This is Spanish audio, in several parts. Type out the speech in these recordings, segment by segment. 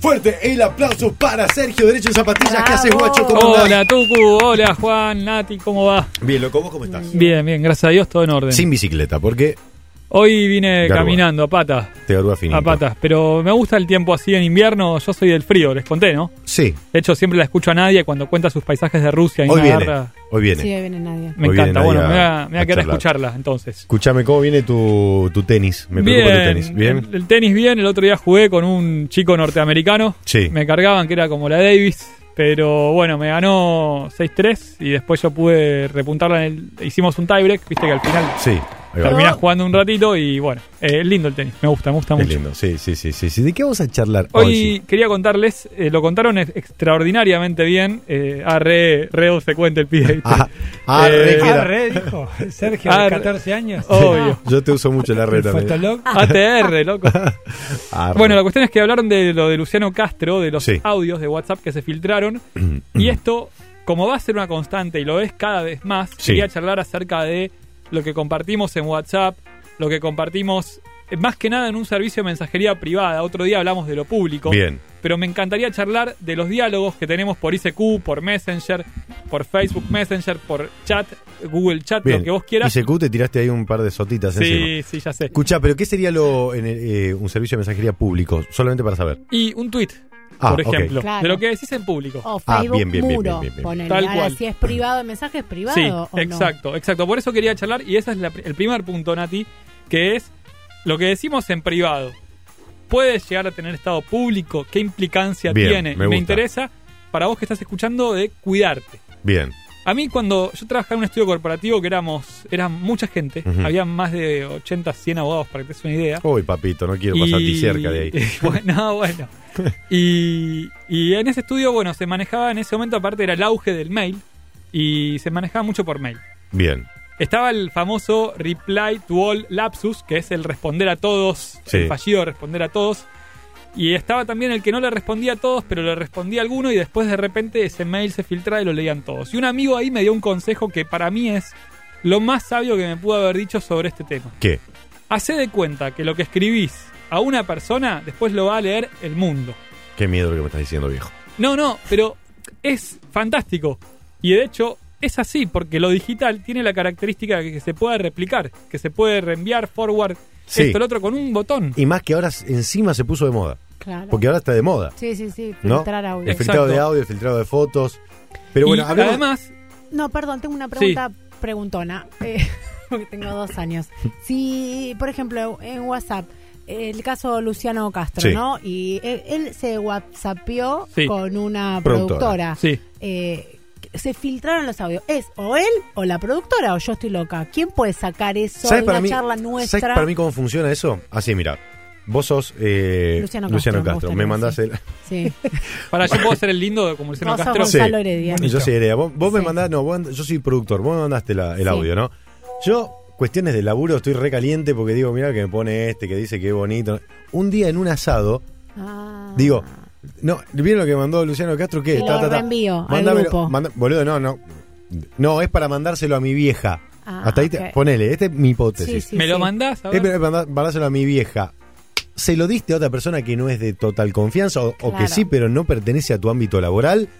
Fuerte el aplauso para Sergio Derecho en Zapatillas. que hace Bravo. guacho? ¿Cómo andás? Hola Tucu, hola Juan, Nati, ¿cómo va? Bien, loco, ¿vos cómo estás? Bien, bien, gracias a Dios, todo en orden. Sin bicicleta, porque Hoy vine Garúa. caminando a patas, te garúa finito. a patas, pero me gusta el tiempo así en invierno, yo soy del frío, les conté, ¿no? Sí, De hecho, siempre la escucho a nadie cuando cuenta sus paisajes de Rusia y hoy me viene. agarra- Hoy viene. Sí, ahí viene nadie. Me Hoy viene encanta, nadie bueno, a- me voy a, me voy a a quedar a charlar. escucharla entonces. Escuchame, ¿cómo viene tu, tu tenis? Me preocupa tu tenis. El, ¿Bien? el tenis bien, el otro día jugué con un chico norteamericano, Sí. me cargaban que era como la Davis, pero bueno, me ganó 6-3 y después yo pude repuntarla en el... Hicimos un tiebreak, viste que al final Sí. ahí va. Terminás jugando un ratito y bueno, eh, lindo el tenis, me gusta, me gusta Es mucho. lindo. Sí, sí, sí, sí, sí. ¿De qué vamos a charlar Hoy sí. quería contarles, eh, lo contaron ex- extraordinariamente bien, eh, ah, re, re obsecuente el pibe. ¿viste? Ah, ah, Eh, re queda. Arre, dijo Sergio, de Arre. 14 años. Obvio. Yo te uso mucho la El red también. Fotolog. ATR, loco. Arre. Bueno, la cuestión es que hablaron de lo de Luciano Castro, de los Sí. audios de WhatsApp que se filtraron. y esto, como va a ser una constante y lo es cada vez más, Sí. quería charlar acerca de lo que compartimos en WhatsApp, lo que compartimos eh, más que nada en un servicio de mensajería privada. Otro día hablamos de lo público. Bien. Pero me encantaría charlar de los diálogos que tenemos por ICQ, por Messenger, por Facebook Messenger, por chat, Google Chat, Bien. lo que vos quieras. Y CQ te tiraste ahí un par de sotitas encima. Sí, sí, ya sé. Escucha, pero ¿qué sería lo en el, eh, un servicio de mensajería público? Solamente para saber. Y un tweet, Ah, por ok. ejemplo, Claro. de lo que decís en público. Ah, O Oh, Facebook bien, bien, bien, bien, muro. bien, bien. ponele. Tal Ahora, cual. si es privado, el mensaje es privado o no. exacto, exacto. Por eso quería charlar y ese es la pr- el primer punto, Nati, que es lo que decimos en privado. ¿Puede llegar a tener estado público? ¿Qué implicancia Bien, tiene? me Y gusta. interesa, para vos que estás escuchando, de cuidarte. Bien. A mí cuando yo trabajaba en un estudio corporativo que éramos, era mucha gente, Ujú. había más de 80, 100 abogados, para que te des una idea. Uy, papito, no quiero pasar ti cerca de ahí. bueno, bueno. Y, y en ese estudio, bueno, se manejaba en ese momento, aparte era el auge del mail, y se manejaba mucho por mail. Bien. Estaba el famoso reply to all lapsus, que es el responder a todos, Sí. el fallido de responder a todos. Y estaba también el que no le respondía a todos, pero le respondía a alguno y después de repente ese mail se filtraba y lo leían todos. Y un amigo ahí me dio un consejo que para mí es lo más sabio que me pudo haber dicho sobre este tema. ¿Qué? Hacé de cuenta que lo que escribís a una persona después lo va a leer el mundo. Qué miedo lo que me estás diciendo, viejo. No, no, pero es fantástico. Y de hecho es así, porque lo digital tiene la característica de que se puede replicar, que se puede reenviar, forward, Sí. esto, el otro, con un botón. Y más que ahora s- encima se puso de moda. Claro. Porque ahora está de moda. Sí, sí, sí. ¿No? Filtrar audio. El filtrado de Exacto. audio, el filtrado de fotos. Pero Y bueno, hablemos- además, No, perdón, tengo una pregunta preguntona. eh, porque tengo dos años. Si, por ejemplo, en WhatsApp, el caso Luciano Castro, Sí. ¿no? Y él, él se WhatsAppió Sí. con una Productora. productora. sí. Eh, se filtraron los audios. ¿Es o él o la productora o yo estoy loca? ¿Quién puede sacar eso de ¿Sabes una para, mí, charla ¿sabes nuestra? para mí cómo funciona eso? Así, mira. Vos sos eh, Luciano Luciano Castro, me Castro. gusta Me el mandás nombre, el, Sí. Para yo puedo ser el lindo de como Luciano Vos sos Castro. Sí. Gonzalo Heredia. Bonito. Yo soy Heredia. Vos, vos me Sí. mandás, no, vos and- yo soy productor, vos me mandaste la- el Sí. audio, ¿no? Yo, cuestiones de laburo, estoy recaliente porque digo, mira que me pone este, que dice que es bonito. Un día en un asado, Ah. digo, eh, no, ¿vieron lo que mandó Luciano Castro? ¿Qué? Y lo reenvío al grupo. manda- boludo, no, no. No, es para mandárselo a mi vieja. Ah, Hasta ahí te- ok. ponele, esta es mi hipótesis. Sí, Me lo sí. mandás, a Es ver. para mandar- mandárselo a mi vieja. Se lo diste a otra persona que no es de total confianza o, o que Claro. sí, pero no pertenece a tu ámbito laboral.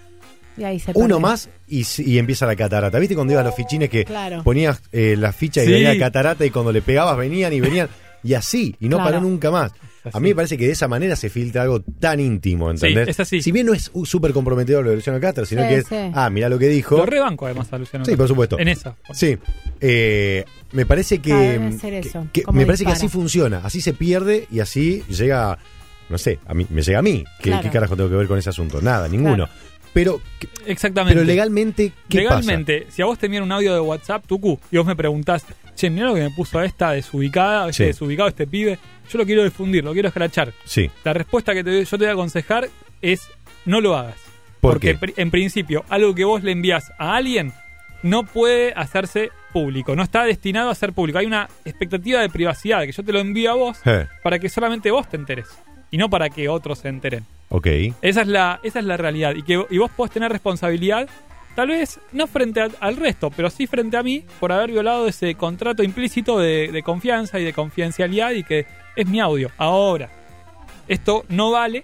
Y ahí se Uno perdió. más y, si- y empieza la catarata. ¿Viste cuando ibas a los fichines que Claro. ponías eh, las fichas y Sí. venía la catarata y cuando le pegabas venían y venían? Y así, y no Claro. paró nunca más. así. A mí me parece que de esa manera se filtra algo tan íntimo, ¿entendés? Sí, es así. Si bien no es u- súper comprometedor lo de Luciano Castro, sino Sí, que es, sí. ah, mirá lo que dijo. Lo rebanco además a Luciano Sí, por supuesto. En este esa. Sí. Eh, me parece que. mm, Ah, debe ser que- eso, que- como me parece que dispara. así funciona. Así se pierde y así llega. No sé, a mí, me llega a mí. ¿Qué, Claro. qué carajo tengo que ver con ese asunto? Nada, ninguno. Pero, Exactamente. pero legalmente, ¿qué pasa? Legalmente, si a vos te envían un audio de WhatsApp, Tucu, y vos me preguntás, che, mirá lo que me puso esta desubicada, este Sí. desubicado, este pibe, yo lo quiero difundir, lo quiero escrachar. Sí. La respuesta que te- yo te voy a aconsejar es no lo hagas. ¿Por Porque qué? pri- en principio, algo que vos le envías a alguien no puede hacerse público, no está destinado a ser público. Hay una expectativa de privacidad, que yo te lo envío a vos Eh, para que solamente vos te enteres y no para que otros se enteren. ok. Esa es la, esa es la realidad. Y, que, y vos podés tener responsabilidad, tal vez no frente a- al resto, pero sí frente a mí, por haber violado ese contrato implícito de, de confianza y de confidencialidad y que es mi audio. Ahora, esto no vale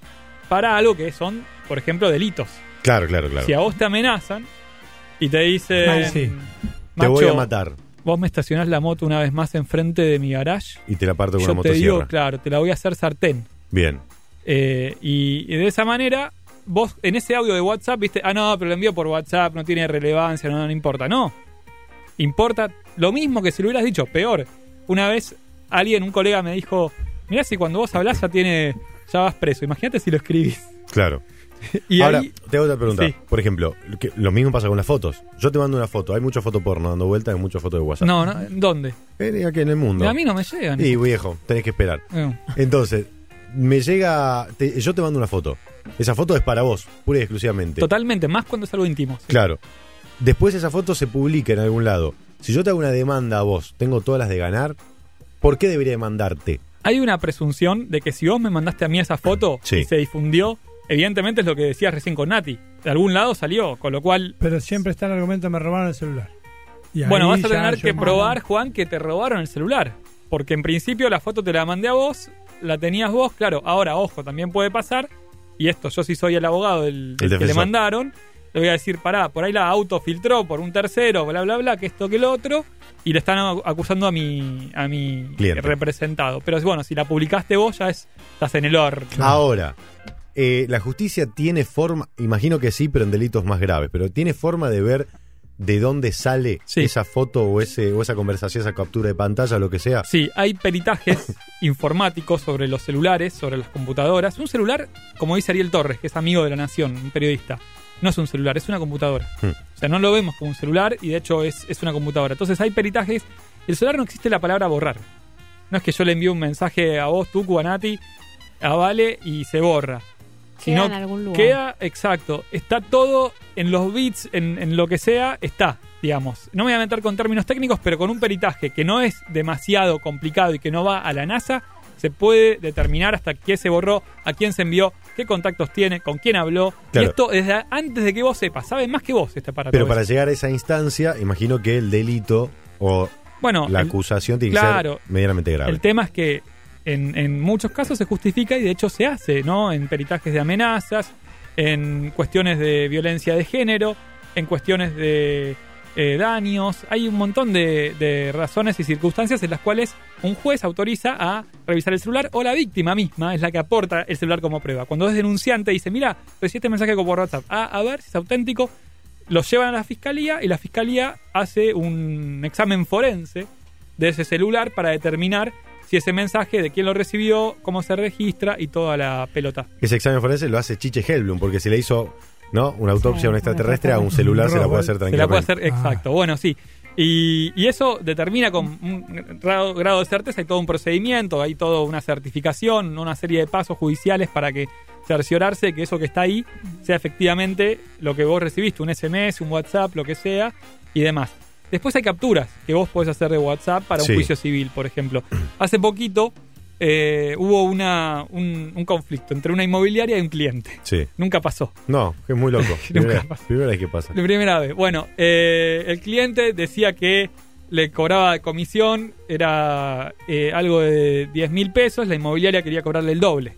para algo que son, por ejemplo, delitos. Claro, claro, claro. Si a vos te amenazan y te dicen, Ay, sí. Te "Macho, voy a matar Vos me estacionás la moto una vez más enfrente de mi garage. y te la parto con Yo una te motosierra. digo, claro, te la voy a hacer sartén. Bien. Eh, y, y de esa manera, vos en ese audio de WhatsApp, viste, ah, no, pero lo envío por WhatsApp, no tiene relevancia, no, no importa. No. Importa lo mismo que si lo hubieras dicho, peor. Una vez alguien, un colega me dijo, mirá si cuando vos hablás ya tiene, ya vas preso. Imagínate si lo escribís. Claro. Y Ahora, ahí, te hago otra pregunta. Sí. Por ejemplo, lo que- lo mismo pasa con las fotos. Yo te mando una foto, hay mucho foto porno dando vuelta, hay mucho foto de WhatsApp. no, no, ¿dónde? Eh, aquí en el mundo. A mí no me llegan. Y viejo, tenés que esperar. Eh, Entonces, me llega. te- yo te mando una foto. Esa foto es para vos, pura y exclusivamente. Totalmente, más cuando es algo íntimo. sí. Claro. Después esa foto se publica en algún lado. Si yo te hago una demanda a vos, tengo todas las de ganar, ¿por qué debería demandarte? Hay una presunción de que si vos me mandaste a mí esa foto Sí. y se difundió, evidentemente es lo que decías recién con Nati. De algún lado salió, con lo cual, Pero siempre está el argumento, me robaron el celular. Y bueno, ahí vas a ya tener yo- que probar, Juan, que te robaron el celular. Porque en principio la foto te la mandé a vos, la tenías vos, claro. Ahora, ojo, también puede pasar. Y esto, yo sí soy el abogado del, del que le defensor. mandaron. Le voy a decir, pará, por ahí la autofiltró por un tercero, bla, bla, bla, que esto, que lo otro. Y le están a- acusando a mi, a mi Cliente. representado. Pero bueno, si la publicaste vos, ya es, estás en el horno. Ahora, eh, la justicia tiene forma, imagino que sí, pero en delitos más graves, pero tiene forma de ver de dónde sale Sí. esa foto o, ese, o esa conversación, esa captura de pantalla, lo que sea. Sí, hay peritajes informáticos sobre los celulares, sobre las computadoras. Un celular, como dice Ariel Torres, que es amigo de la Nación, un periodista, no es un celular, es una computadora. Hmm. O sea, no lo vemos como un celular y de hecho es, es una computadora. Entonces hay peritajes. El celular no existe la palabra borrar. No es que yo le envíe un mensaje a vos, tú, a Nati, a Vale y se borra. Queda no, en algún lugar. Queda, exacto. Está todo en los bits, en, en lo que sea, está, digamos. No me voy a meter con términos técnicos, pero con un peritaje que no es demasiado complicado y que no va a la NASA, se puede determinar hasta qué se borró, a quién se envió, qué contactos tiene, con quién habló. Claro. Y esto desde a- antes de que vos sepas, sabe más que vos este aparato. Pero para llegar a esa instancia, imagino que el delito o bueno, la el- acusación tiene claro. que ser medianamente grave. El tema es que en, en muchos casos se justifica y de hecho se hace, ¿no? En peritajes de amenazas, en cuestiones de violencia de género, en cuestiones de eh, daños. Hay un montón de, de razones y circunstancias en las cuales un juez autoriza a revisar el celular o la víctima misma es la que aporta el celular como prueba. Cuando es denunciante dice, mira, recibí este mensaje como por WhatsApp, ah, a ver si es auténtico. Lo llevan a la fiscalía y la fiscalía hace un examen forense de ese celular para determinar si ese mensaje, de quién lo recibió, cómo se registra y toda la pelota. Ese examen forense lo hace Chiche Helblum, porque si le hizo ¿no? una autopsia a un una extraterrestre, a un extraterrestre. celular se la puede hacer Se la puede tranquilamente. hacer, exacto, bueno, sí. Y, y eso determina con un grado, grado de certeza, hay todo un procedimiento, hay toda una certificación, una serie de pasos judiciales para que cerciorarse que eso que está ahí sea efectivamente lo que vos recibiste, un SMS, un WhatsApp, lo que sea, y demás. Después hay capturas que vos podés hacer de WhatsApp para un Sí. juicio civil, por ejemplo. Hace poquito eh, hubo una, un- un conflicto entre una inmobiliaria y un cliente. Sí. Nunca pasó. No, es muy loco. Nunca primera, pasa. primera vez que pasa. La primera vez. Bueno, eh, el cliente decía que le cobraba comisión, era eh, algo de 10 mil pesos, la inmobiliaria quería cobrarle el doble.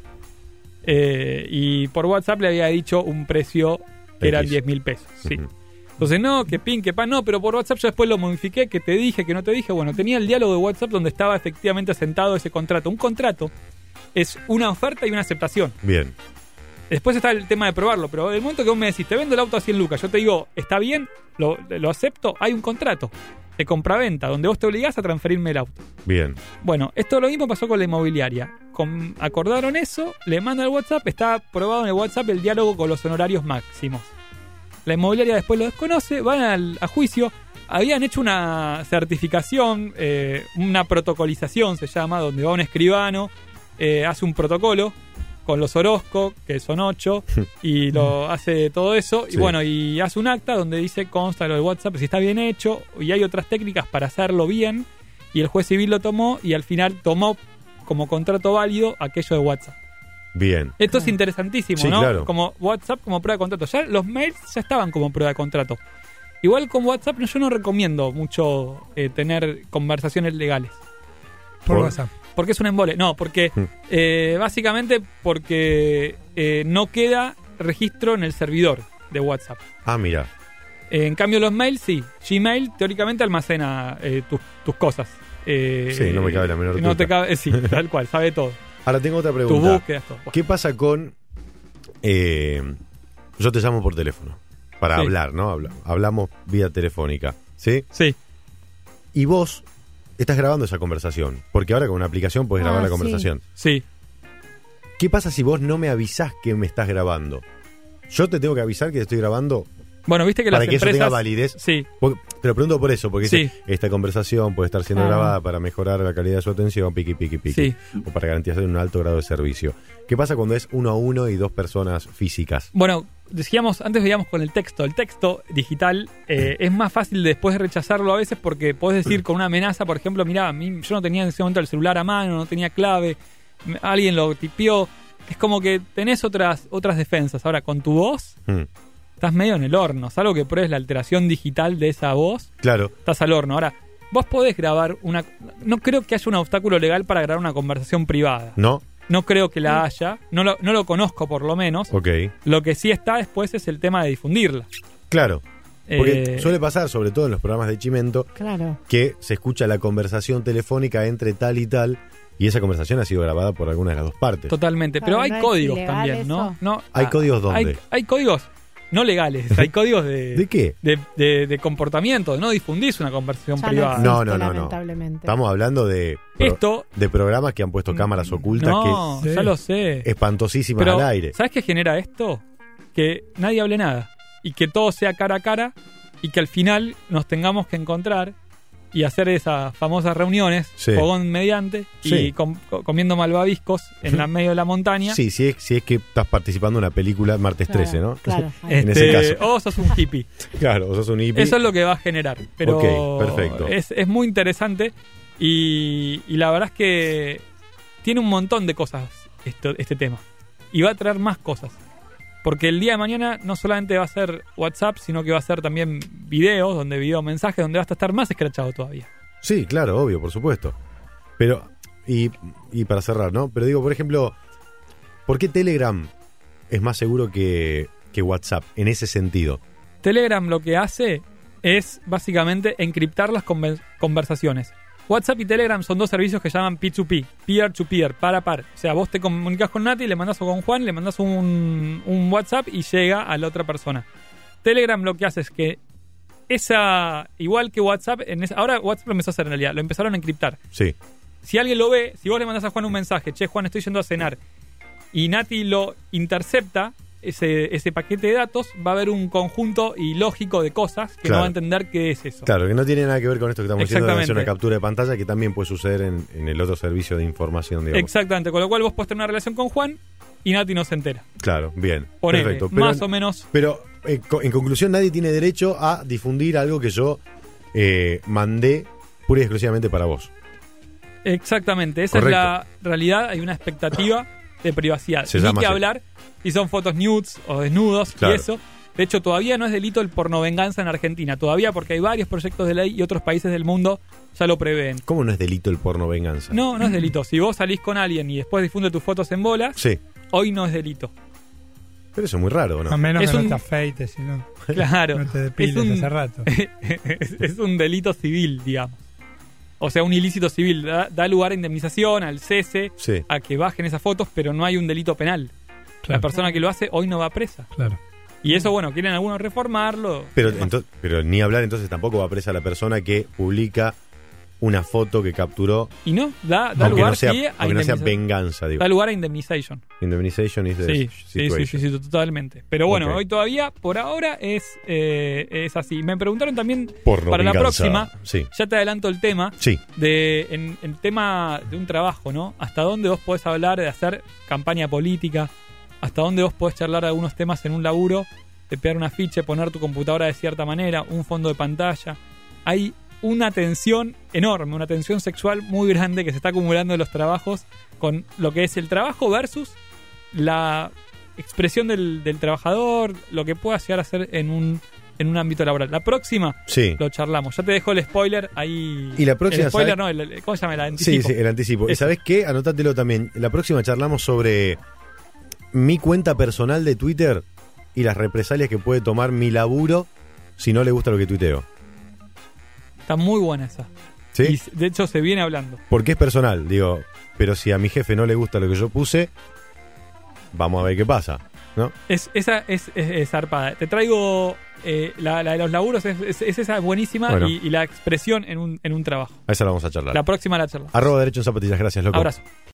Eh, y por WhatsApp le había dicho un precio que eran X. 10 mil pesos. Sí. Ujú. Entonces, no, que pin, que pan, no, pero por WhatsApp yo después lo modifiqué, que te dije, que no te dije. Bueno, tenía el diálogo de WhatsApp donde estaba efectivamente asentado ese contrato. Un contrato es una oferta y una aceptación. Bien, Después está el tema de probarlo, pero el momento que vos me decís, te vendo el auto a 100 lucas, yo te digo, está bien, lo, lo acepto, hay un contrato de compraventa donde vos te obligás a transferirme el auto. bien. Bueno, esto lo mismo pasó con la inmobiliaria. Con- acordaron eso, le mandan el WhatsApp, está aprobado en el WhatsApp el diálogo con los honorarios máximos. La inmobiliaria después lo desconoce, van al, a juicio, habían hecho una certificación, eh, una protocolización se llama, donde va un escribano, eh, hace un protocolo con los Orozco, que son ocho, y lo hace todo eso, Sí. y bueno, y hace un acta donde dice consta lo del WhatsApp, si está bien hecho, y hay otras técnicas para hacerlo bien, y el juez civil lo tomó y al final tomó como contrato válido aquello de WhatsApp. Bien. Esto es interesantísimo, Sí, ¿no? claro. Como WhatsApp como prueba de contrato. Ya los mails ya estaban como prueba de contrato. Igual con WhatsApp no- yo no recomiendo mucho eh, tener conversaciones legales. Por, Por- WhatsApp. Porque es un embole. No, porque Mm. eh, básicamente porque eh, no queda registro en el servidor de WhatsApp. Ah, mira. Eh, en cambio, los mails sí. Gmail teóricamente almacena eh, tus- tus cosas. Eh, Sí, no me cabe la menor No duda. te cabe, eh, sí, tal cual, sabe todo. Ahora tengo otra Tus pregunta. búsquedas, todo. ¿Qué pasa con. eh, yo te llamo por teléfono. Para Sí. hablar, ¿no? Habla- hablamos vía telefónica. ¿Sí? Sí, Y vos estás grabando esa conversación. Porque ahora con una aplicación puedes grabar Ah, la sí. conversación. sí. ¿Qué pasa si vos no me avisás que me estás grabando? Yo te tengo que avisar que te estoy grabando Bueno, viste que para las que eso empresas. tenga validez. sí, Porque- te lo pregunto por eso, porque dice, Sí. Ah. esta conversación puede estar siendo Claro. grabada para mejorar la calidad de su atención, piqui, piqui, piqui. sí. O para garantizar un alto grado de servicio. ¿Qué pasa cuando es uno a uno y dos personas físicas? Bueno, decíamos, antes veíamos con el texto. El texto digital eh, es más fácil después rechazarlo a veces porque podés decir con una amenaza, por ejemplo, mirá, a mí- yo no tenía en ese momento el celular a mano, no tenía clave, me- alguien lo tipió. Es como que tenés otras, otras defensas. Ahora, con tu voz, Mm, estás medio en el horno. Salvo que pruebes la alteración digital de esa voz, Claro. estás al horno. Ahora, vos podés grabar una. No creo que haya un obstáculo legal para grabar una conversación privada. ¿No? No creo que la haya. No lo, no lo conozco, por lo menos. Ok. Lo que sí está después es el tema de difundirla. Claro. Porque Eh, suele pasar, sobre todo en los programas de Chimento, Claro. que se escucha la conversación telefónica entre tal y tal, y esa conversación ha sido grabada por alguna de las dos partes. Totalmente, pero Claro, hay no es códigos ilegal también, ¿no? eso. no ¿Hay ah, códigos hay- dónde? hay códigos no legales, hay códigos de, ¿De qué? de- de- de comportamiento, de no difundirse una conversación Ya privada. No, no, no, existe, no. Lamentablemente. Estamos hablando de, pro- Este. Esto, Mm, de programas que han puesto cámaras ocultas no, que- ya lo sé. que espantosísimas Pero, al aire. ¿sabes qué genera esto? Que nadie hable nada y que todo sea cara a cara y que al final nos tengamos que encontrar y hacer esas famosas reuniones, Sí. fogón mediante y Sí. com- co- comiendo malvaviscos en la medio de la montaña. Sí, si es, si es que estás participando en una película martes Claro, 13, ¿no? Claro. En Este, ese O sos un hippie. Claro, vos sos un hippie. Eso es lo que va a generar. Pero Ok, perfecto. Es, es muy interesante y, y la verdad es que tiene un montón de cosas esto- este tema. Y va a traer más cosas. Porque el día de mañana no solamente va a ser WhatsApp, sino que va a ser también videos, donde video mensajes, donde vas a estar más escrachado todavía. Sí, claro, obvio, por supuesto. Pero, y, y para cerrar, ¿no? Pero digo, por ejemplo, ¿por qué Telegram es más seguro que, que WhatsApp en ese sentido? Telegram lo que hace es básicamente encriptar las conven- conversaciones. WhatsApp y Telegram son dos servicios que llaman P2P, peer to peer, par a par. O sea, vos te comunicas con Nati, le mandás o con Juan, le mandás un, un WhatsApp y llega a la otra persona. Telegram lo que hace es que esa, igual que WhatsApp, en esa- ahora WhatsApp lo empezó a hacer en realidad, lo empezaron a encriptar. Sí, Si alguien lo ve, si vos le mandás a Juan un mensaje, che, Juan, estoy yendo a cenar, y Nati lo intercepta, ese, ese paquete de datos, va a haber un conjunto ilógico de cosas que no Claro. va a entender qué es eso. claro, que no tiene nada que ver con esto que estamos diciendo de hacer Exactamente. una captura de pantalla que también puede suceder en, en el otro servicio de información, digamos. Exactamente, con lo cual vos podés tener una relación con Juan y Nati no se entera. Claro, bien. Ponele, perfecto. Pero, más o menos. pero, eh, co- en conclusión, nadie tiene derecho a difundir algo que yo eh, mandé pura y exclusivamente para vos. Exactamente, esa Correcto. es la realidad, hay una expectativa de privacidad. Se Ni llama que así. hablar, y son fotos nudes o desnudos Claro. y eso. De hecho, todavía no es delito el pornovenganza en Argentina, todavía porque hay varios proyectos de ley y otros países del mundo ya lo prevén. ¿Cómo no es delito el porno venganza? No, no es delito. Si vos salís con alguien y después difunde tus fotos en bolas, Sí, hoy no es delito. pero eso es muy raro, ¿o A ¿no? menos Es que un- no te afeites, si no, Claro. no te depiles es un- hace rato. es, es un delito civil, digamos. O sea, un ilícito civil. Da, da lugar a indemnización, al cese, Sí. a que bajen esas fotos, pero no hay un delito penal. La Claro, persona que lo hace hoy no va presa. claro. Y eso, bueno, quieren algunos reformarlo. Pero, Demás. ento- pero ni hablar entonces tampoco va presa la persona que publica una foto que capturó, y no, da, da aunque lugar no sea, sí, a aunque no sea indemniza- venganza, digo. Da lugar a indemnización. Indemnization is the Sí, sí, situation. sí, sí, sí, totalmente. Pero bueno, Ok. hoy todavía, por ahora, es, eh, es así. Me preguntaron también Porno Para la venganza. próxima. Sí, Ya te adelanto el tema sí, de en el tema de un trabajo, ¿no? Hasta dónde vos podés hablar de hacer campaña política, hasta dónde vos podés charlar de algunos temas en un laburo, de pegar un afiche, poner tu computadora de cierta manera, un fondo de pantalla. Hay una tensión enorme, una tensión sexual muy grande que se está acumulando en los trabajos con lo que es el trabajo versus la expresión del, del trabajador, lo que pueda llegar a ser en un en un ámbito laboral. La próxima Sí. lo charlamos. Ya te dejo el spoiler ahí. Y la próxima, El spoiler, ¿sabes? no, el- el- ¿cómo se llama? El Sí, anticipo. sí, el anticipo. ¿Y Eso. sabes qué? Anótatelo también. La próxima charlamos sobre mi cuenta personal de Twitter y las represalias que puede tomar mi laburo si no le gusta lo que tuiteo. Está muy buena esa. ¿Sí? Y de hecho se viene hablando. Porque es personal, digo. Pero si a mi jefe no le gusta lo que yo puse, vamos a ver qué pasa. Es, esa es, es- es zarpada. Te traigo eh, la, la de los laburos, es, es- es esa buenísima Bueno. y, y la expresión en un, en un trabajo. A esa la vamos a charlar. La próxima la charla. Arroba derecho en zapatillas. Gracias, loco. Abrazo.